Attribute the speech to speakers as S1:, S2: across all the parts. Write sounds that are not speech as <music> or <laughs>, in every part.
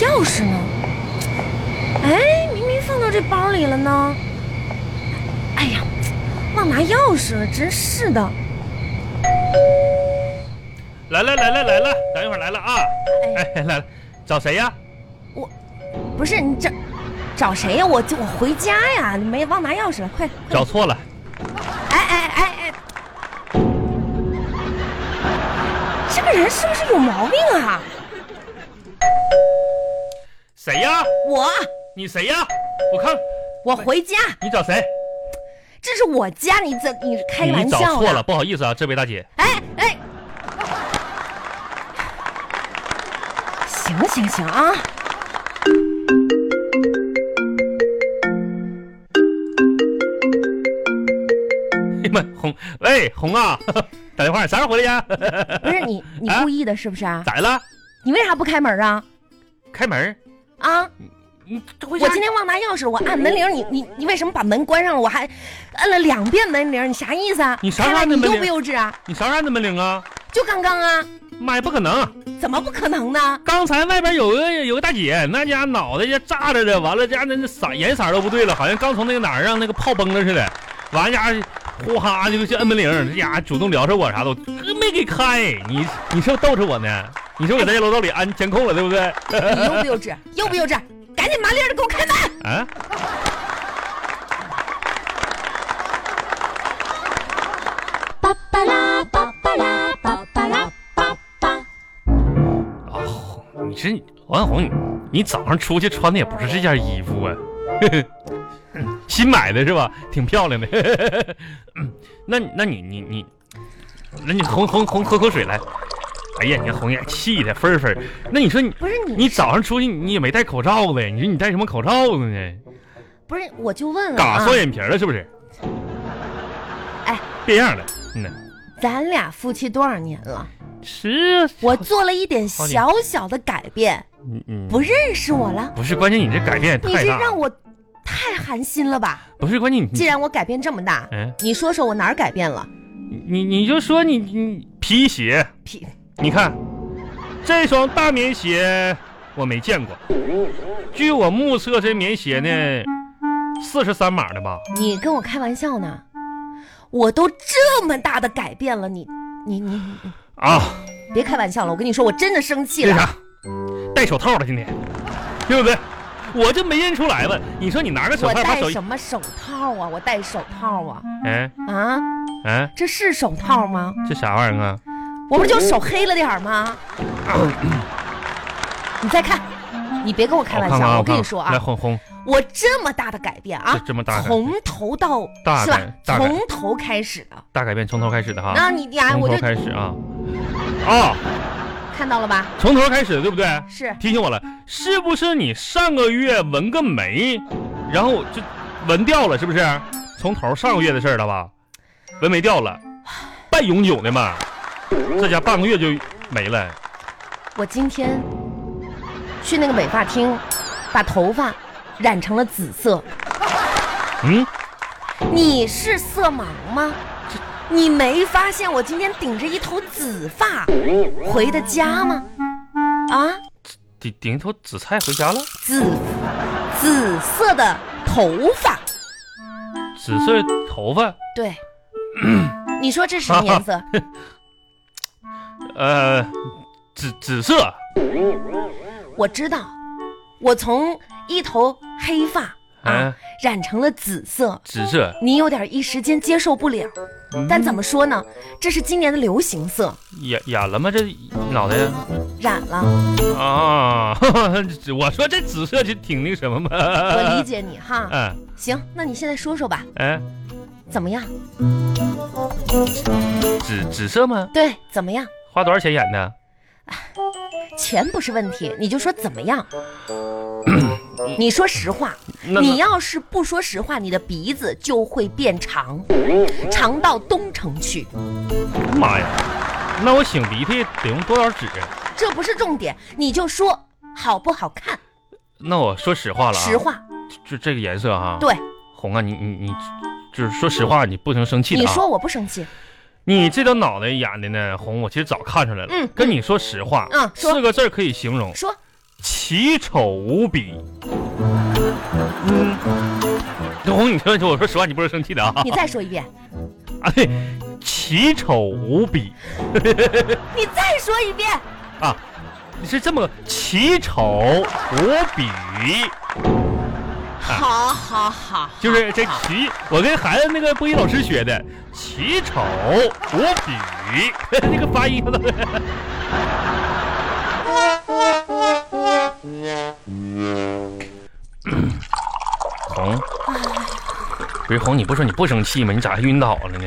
S1: 钥匙呢？哎，明明放到这包里了呢。哎呀，忘拿钥匙了，真是的。
S2: 来了来了来了，等一会儿来了啊！哎，来了，找谁呀？
S1: 我，不是你找找谁呀？我就我回家呀，没忘拿钥匙了，快！快
S2: 找错了，
S1: 哎哎哎哎，这个人是不是有毛病啊？
S2: 谁呀？
S1: 我
S2: 你谁呀？我看
S1: 我回家，
S2: 你找谁？
S1: 这是我家，你怎你开玩
S2: 你
S1: 笑
S2: 找
S1: 呢？
S2: 错了，不好意思啊，这位大姐，
S1: 哎哎，行行行啊！
S2: 哎呀妈，红，喂，红啊， <laughs> 打电话啥时候回来呀？ <laughs>
S1: 不是你，你
S2: 啊
S1: 故意的，是不是啊？
S2: 咋了？
S1: 你为啥不开门啊？
S2: 开门，
S1: 啊！
S2: 你这回家
S1: 我今天忘拿钥匙，我按门铃，你你你为什么把门关上了？我还按了两遍门铃，你啥意思啊？
S2: 你啥
S1: 看
S2: 时候
S1: 来
S2: 按的
S1: 你
S2: 门
S1: 幼
S2: 铃
S1: 不幼稚啊？
S2: 你啥时候按的门铃啊？
S1: 就刚刚啊，
S2: 妈呀，不可能！
S1: 怎么不可能
S2: <laughs>
S1: 呢？
S2: 刚才外边有个有个大姐，那家脑袋就炸着的，完了家那那色颜色都不对了，好像刚从那个哪儿让那个炮崩了似的。完家伙呼哈就就摁门铃，这家伙主动聊着我啥都没给开。你你是不是逗着我呢？你是不是在这楼道里安监控了，对不对？
S1: 你幼不幼稚？幼不幼稚？赶紧麻利儿的给我开门！
S2: <laughs> 啊？
S3: 巴巴拉巴巴拉巴巴拉巴巴。
S2: 哦，你这王小红，你你早上出去穿的也不是这件衣服啊，新买的是吧？挺漂亮的。 <clears throat> 嗯那你那你你你，那你红红红喝口水来。哎呀，你看红眼气的分儿分儿。那你说你
S1: 不是你，
S2: 你早上出去你也没戴口罩呗？你说你戴什么口罩子呢？
S1: 不是我就问问
S2: 嘎
S1: 啊
S2: 双，眼皮儿了是不是？
S1: 哎，
S2: 变样了。嗯呐，
S1: 咱俩夫妻多少年了？
S2: 是啊
S1: 我做了一点
S2: 好你
S1: 小小的改变，
S2: 嗯嗯，
S1: 不认识我了，
S2: 不是，关键你这改变也
S1: 你
S2: 太
S1: 这
S2: 大
S1: 让
S2: 了。
S1: 我太寒心了吧？
S2: 不是，关键你
S1: 既然我改变这么大，
S2: 嗯。
S1: 你说说我哪儿改变了？
S2: 你你就说你你皮鞋，
S1: 屁，
S2: 你看这双大棉鞋我没见过，据我目测，这棉鞋呢四十三码的吧？
S1: 你跟我开玩笑呢？我都这么大的改变了，你你你你
S2: 啊，
S1: 别开玩笑了！我跟你说，我真的生气
S2: 那
S1: 了。
S2: 啥，戴手套了今天，对不对？我就没认出来了。你说你拿个手
S1: 我
S2: 套把
S1: 戴
S2: 手，
S1: 什么手套啊？我戴手套啊？
S2: 哎
S1: 啊，
S2: 哎，
S1: 这是手套吗？
S2: 这啥玩意儿啊？
S1: 我不就手黑了点儿吗？你再看，你别跟我开玩
S2: 我看看
S1: 笑，我
S2: 看
S1: 跟你
S2: 看
S1: 说
S2: 来
S1: 啊，
S2: 红红，
S1: 我这么大的改变啊
S2: 这，这么大改
S1: 从头到
S2: 大
S1: 是吧
S2: 改？大改
S1: 从头开始的。
S2: 大改变，从头开始的哈，
S1: 那你呀，
S2: 从
S1: 我
S2: 头
S1: 就
S2: 开始啊啊，
S1: 看到了吧？
S2: 从头开始的，对不对？
S1: 是
S2: 提醒我了，是不是你上个月纹个眉，然后就纹掉了，是不是？从头上个月的事儿了吧？纹没掉了，半永久的嘛，这家半个月就没了。
S1: 我今天去那个美发厅，把头发染成了紫色。
S2: 嗯，
S1: 你是色盲吗？你没发现我今天顶着一头紫发回的家吗？啊，
S2: 顶顶头紫菜回家了，
S1: 紫紫色的头发，
S2: 紫色头发，
S1: 对，你说这什么颜色？
S2: 呃，紫紫色，
S1: 我知道，我从一头黑发啊
S2: 啊
S1: 染成了紫色，
S2: 紫色，
S1: 你有点一时间接受不了，
S2: 嗯
S1: 但怎么说呢？这是今年的流行色，
S2: 染染了吗？这脑袋
S1: 染了。
S2: 啊， <laughs> 呵呵我说这紫色就挺那什么嘛。
S1: 我理解你哈。
S2: 嗯，
S1: 行，那你现在说说吧，
S2: 哎，
S1: 怎么样？
S2: 紫紫色吗？
S1: 对，怎么样？
S2: 花多少钱演的？
S1: 钱不是问题，你就说怎么
S2: <coughs>
S1: 样？你说实话，
S2: 那
S1: 你要是不说实话，你的鼻子就会变长，长到东城去。
S2: 妈呀，那我擤鼻涕得用多少纸？
S1: 这不是重点，你就说好不好看？
S2: 那我说实话了、啊，
S1: 实，话，
S2: 就这个颜色哈、
S1: 对，
S2: 红啊，你你你，就是说实话，你不能生气的、啊。
S1: 你说我不生气，
S2: 你这条脑袋演的呢，红，我其实早看出来了。
S1: 嗯
S2: 跟你说实话，
S1: 嗯说
S2: 四个字儿可以形容，
S1: 说
S2: 气奇丑无比。嗯，红，你听说我说实话，你不是生气的啊？
S1: 你再说一遍，
S2: 啊，对，奇丑无比
S1: 你再说一遍，
S2: 啊，是这么个奇丑无比，
S1: 好好好，
S2: 啊就是这
S1: 好
S2: 奇，我跟孩子那个播音老师学的，奇丑无比，那个发音。红，不是红，你不说你不生气吗？你咋还晕倒了呢？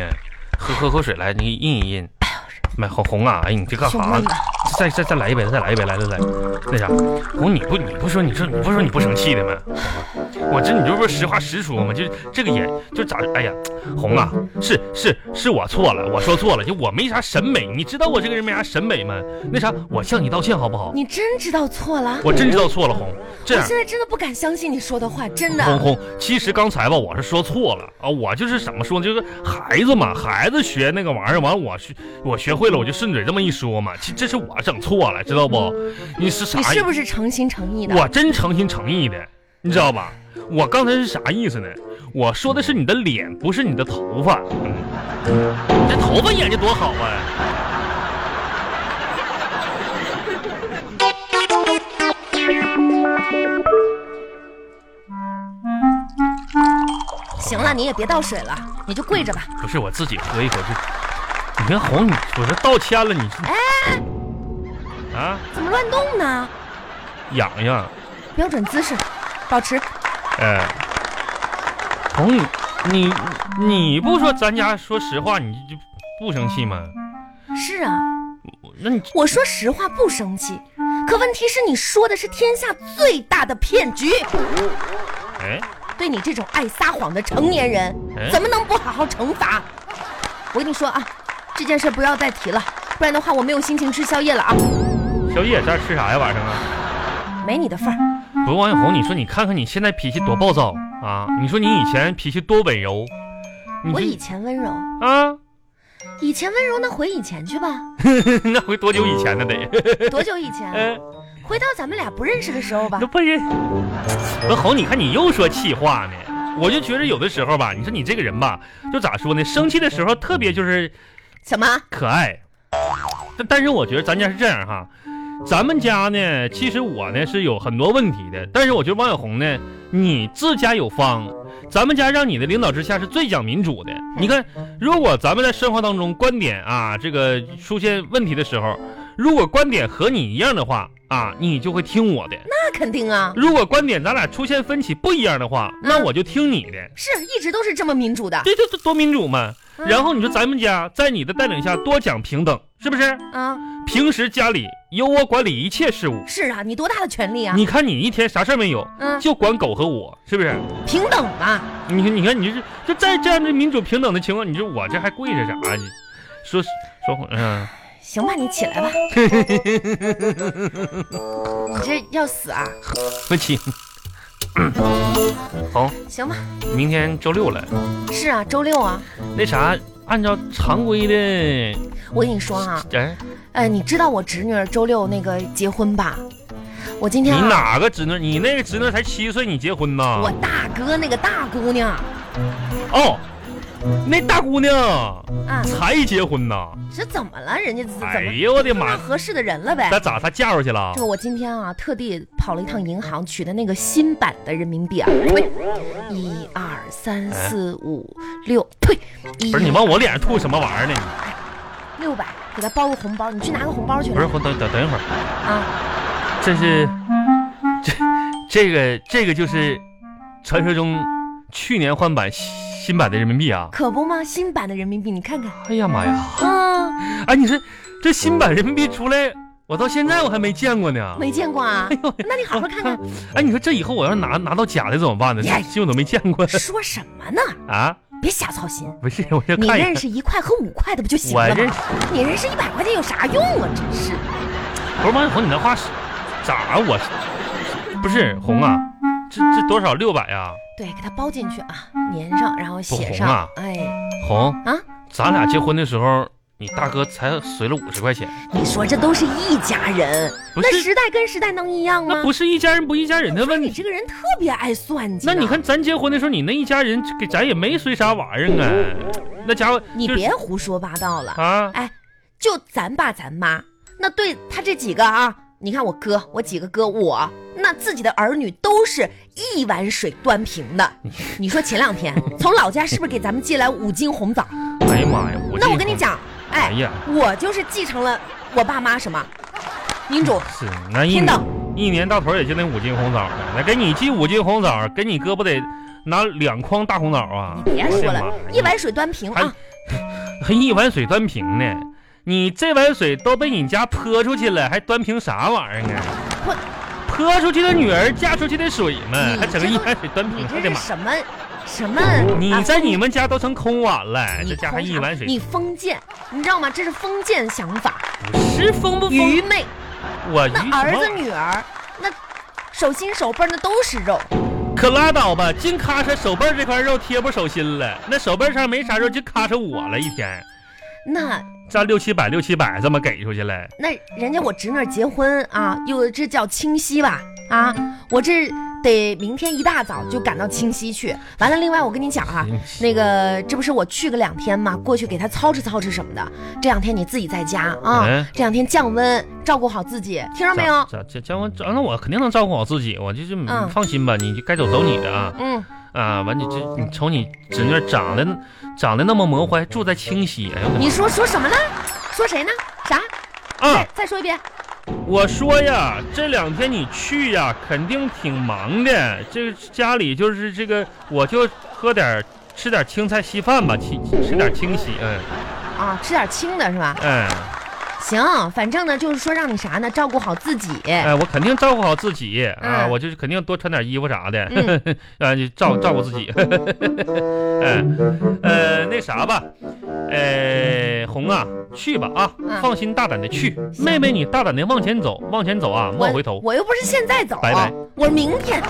S2: 喝喝口水来，你印一印。买红红啊！哎，你这干
S1: 挺
S2: 啥
S1: 闷的？
S2: 再再再来一杯，再来一杯，来来来，那啥，红你不你不说你这你不说你不生气的吗？我这你就说实话实说嘛，就这个人就咋？哎呀，红啊，是是是我错了，我说错了，就我没啥审美，你知道我这个人没啥审美吗？那啥，我向你道歉好不好？
S1: 你真知道错了？
S2: 我真知道错了，红，这
S1: 我
S2: 样
S1: 现。在真的不敢相信你说的话，真
S2: 红
S1: 的。
S2: 红，其实刚才吧，我是说错了啊，我就是怎么说呢，就是孩子嘛，孩子学那个玩意儿，完我学我学会了，我就顺嘴这么一说嘛，其这是我整错了，知道不？你是啥
S1: 你
S2: 意思？
S1: 是不是诚心诚意的？
S2: 哎我真诚心诚意的，你知道吧？我刚才是啥意思呢？我说的是你的脸，不是你的头发。嗯，你这头发演的多好啊！
S1: 行了，你也别倒水了，你就跪着吧。
S2: 不是我自己喝一口这，你看红，你我这道歉了，你
S1: 哎
S2: 啊
S1: 怎么乱动呢？
S2: 痒痒，
S1: 标准姿势，保持。
S2: 哎，红，你你不说咱家说实话，你就不生气吗？
S1: 是啊，
S2: 那你
S1: 我说实话不生气，可问题是你说的是天下最大的骗局。
S2: 哎，
S1: 对你这种爱撒谎的成年人
S2: 哎，
S1: 怎么能不好好惩罚？我跟你说啊，这件事不要再提了，不然的话我没有心情吃宵夜了啊，
S2: 宵夜在这吃啥呀？晚上啊？
S1: 没你的份儿。
S2: 不是王小红，你说你看看你现在脾气多暴躁啊！你说你以前脾气多温柔，你
S1: 我
S2: 这
S1: 以前温柔，
S2: 啊， <laughs>
S1: 以前温柔，那回以前去吧。
S2: 那回多久以
S1: <laughs>
S2: 前呢？得，
S1: 多久以前？啊
S2: 哎
S1: 回到咱们俩不认识的时候吧
S2: 那。不是，不是红，你看你又说气话呢。我就觉得有的时候吧，你说你这个人吧，就咋说呢？生气的时候特别就是
S1: 什么？
S2: 可爱，但但是我觉得咱家是这样哈，咱们家呢，其实我呢是有很多问题的，但是我觉得王小红呢，你自家有方，咱们家让你的领导之下是最讲民主的。你看，如果咱们在生活当中观点啊这个出现问题的时候，如果观点和你一样的话啊，你就会听我的；
S1: 那肯定啊，
S2: 如果观点咱俩出现分歧不一样的话，那我就听你的。
S1: 是一直都是这么民主的。
S2: 这就是多民主嘛。
S1: 嗯
S2: 然后你说咱们家在你的带领下多讲平等，是不是？
S1: 啊，
S2: 平时家里由我管理一切事务。
S1: 是啊，你多大的权利啊？
S2: 你看你一天啥事儿没有，
S1: 嗯，
S2: 就管狗和我，是不是？
S1: 平等嘛。
S2: 你看，你看，你这就在这样的民主平等的情况，你说我这还跪着啥呀？你说说，嗯，
S1: 行吧，你起
S2: <laughs>
S1: 来吧。你这要死啊？
S2: 不亲。好，
S1: 行吧。
S2: 明天周六了，
S1: 是啊，周六啊。
S2: 那啥，按照常规的，
S1: 我跟你说啊，
S2: 哎，
S1: 呃，你知道我侄女儿周六那个结婚吧？我今
S2: 你
S1: 天、啊、
S2: 哪个啊侄女？你那个侄女才七岁，你结婚呐
S1: 我？大哥那个大姑娘啊
S2: 哦，那大姑娘
S1: 啊，
S2: 才结婚呐！
S1: 这怎么了？人家怎么
S2: 哎呀，我的
S1: 碰到
S2: 妈！
S1: 合适的人了呗？
S2: 那咋她嫁出去了
S1: 这？个我今天啊，特地跑了一趟银行取的那个新版的人民币啊，呸，一二三四五六，呸，一
S2: 哎不是你往我脸上吐什么玩意儿呢？你
S1: 六百，给他包个红包，你去拿个红包去
S2: 不是，等等等一会儿。
S1: 啊！
S2: 这是这这个这个就是传说中去年换版新新版的人民币啊！
S1: 可不嘛，新版的人民币，你看看
S2: 哎呀妈呀！
S1: 啊，
S2: 哎，你说这新版人民币出来，我到现在我还没见过呢。
S1: 没见过啊，那你好好看
S2: <laughs>
S1: 看，
S2: 哎，你说这以后我要是拿拿到假的怎么办呢？这
S1: 哎呀
S2: 这我都没见过
S1: 说什么呢？
S2: 啊！
S1: 别瞎操心，
S2: 不是，我这
S1: 你
S2: 看一
S1: 认
S2: 看，
S1: 识一块和五块的不就行
S2: 我
S1: 了
S2: 认识
S1: 吗？你认识一百块钱有啥用啊？真是，
S2: 不是王小红，你那话是咋？我不是红啊，这这多少六百啊？
S1: 对，给他包进去啊，粘上，然后写
S2: 不红
S1: 上
S2: 啊，
S1: 哎
S2: 红
S1: 啊，
S2: 咱俩结婚的时候，你大哥才随了五十块钱，
S1: 你说这都是一家人，
S2: 不
S1: 那
S2: 是？
S1: 时代跟时代能一样吗？
S2: 那不是一家人不一家人的
S1: 那
S2: 问
S1: 你
S2: 题。
S1: 这个人特别爱算计。啊
S2: 那你看，咱结婚的时候，你那一家人给咱也没随啥玩意儿啊，那家伙
S1: 你
S2: 就是
S1: 别胡说八道了。
S2: 啊，
S1: 哎，就咱爸咱妈，那对他这几个啊，你看我哥，我几个哥，我那自己的儿女都是一碗水端平的。你说前两
S2: <laughs>
S1: 天从老家是不是给咱们寄来五斤红枣？
S2: 哎呀妈呀，我
S1: 那
S2: 这
S1: 我跟你讲，哎
S2: 哎呀，
S1: 我就是继承了我爸妈什
S2: <laughs>
S1: 么，民主。
S2: 是那一
S1: 听到
S2: 一年到头也就那五斤红枣呗，那给你寄五斤红枣，给你哥不得拿两筐大红枣啊？
S1: 别
S2: 我
S1: 说
S2: 的
S1: 了
S2: 妈呀，
S1: 一碗水端平
S2: 还
S1: 啊！
S2: 还一碗水端平呢，你这碗水都被你家泼出去了，还端平啥玩意儿呢？
S1: 泼
S2: 泼出去的女儿嫁出去的水嘛，
S1: 你
S2: 还整
S1: 这
S2: 一
S1: 都
S2: 碗水端
S1: 你
S2: 平，我
S1: 这
S2: 的
S1: 是什
S2: 妈！
S1: 么什么？
S2: 哦你
S1: 啊
S2: 在你
S1: 封
S2: 们家都成空碗了，这
S1: 你
S2: 家还
S1: 啊空
S2: 一
S1: 啥
S2: 碗水，
S1: 你封建，你知道吗？这是封建想法，
S2: 不是疯不疯？
S1: 愚昧。
S2: 我鱼
S1: 那
S2: 什
S1: 儿子
S2: 么？
S1: 女儿，那手心手背儿那都是肉，
S2: 可拉倒吧，净咔嚓手背儿这块肉贴不手心了，那手背上没啥肉，就咔嚓我了一天。
S1: 那
S2: 占六七百，六七百这么给出去了，
S1: 那人家我侄女儿结婚啊，又这叫清晰吧？啊，我这得明天一大早就赶到清溪去。完了，另外我跟你讲啊，那个这不是我去个两天嘛，过去给她操持操持什么的。这两天你自己在家啊，
S2: 嗯
S1: 这两天降温，照顾好自己，听着没有？
S2: 这这这我这那我肯定能照顾好自己，我就是你
S1: 嗯
S2: 放心吧，你就该走走你的啊
S1: 嗯，
S2: 啊！完你这你瞅你侄女长得长得那么魔幻，住在清溪，哎呦我的
S1: 你说说什么呢？说谁呢？啥？
S2: 妈啊
S1: 再！再说一遍。
S2: 我说呀，这两天你去呀，肯定挺忙的。这个家里就是这个，我就喝点儿吃点儿青菜稀饭吧，吃吃点儿清稀。嗯
S1: 啊，吃点轻的是吧？
S2: 嗯，
S1: 行，反正呢，就是说让你啥呢，照顾好自己。
S2: 哎，我肯定照顾好自己啊，
S1: 嗯
S2: 我就是肯定多穿点衣服啥的，
S1: 嗯
S2: <laughs> 啊，就照照顾自己。 <laughs> 嗯呃，那啥吧，呃，红啊，去吧啊，
S1: 嗯
S2: 放心大胆的去，妹妹你大胆的往前走，往前走啊，莫回头。
S1: 我又不是现在走，
S2: 拜拜
S1: 我明天，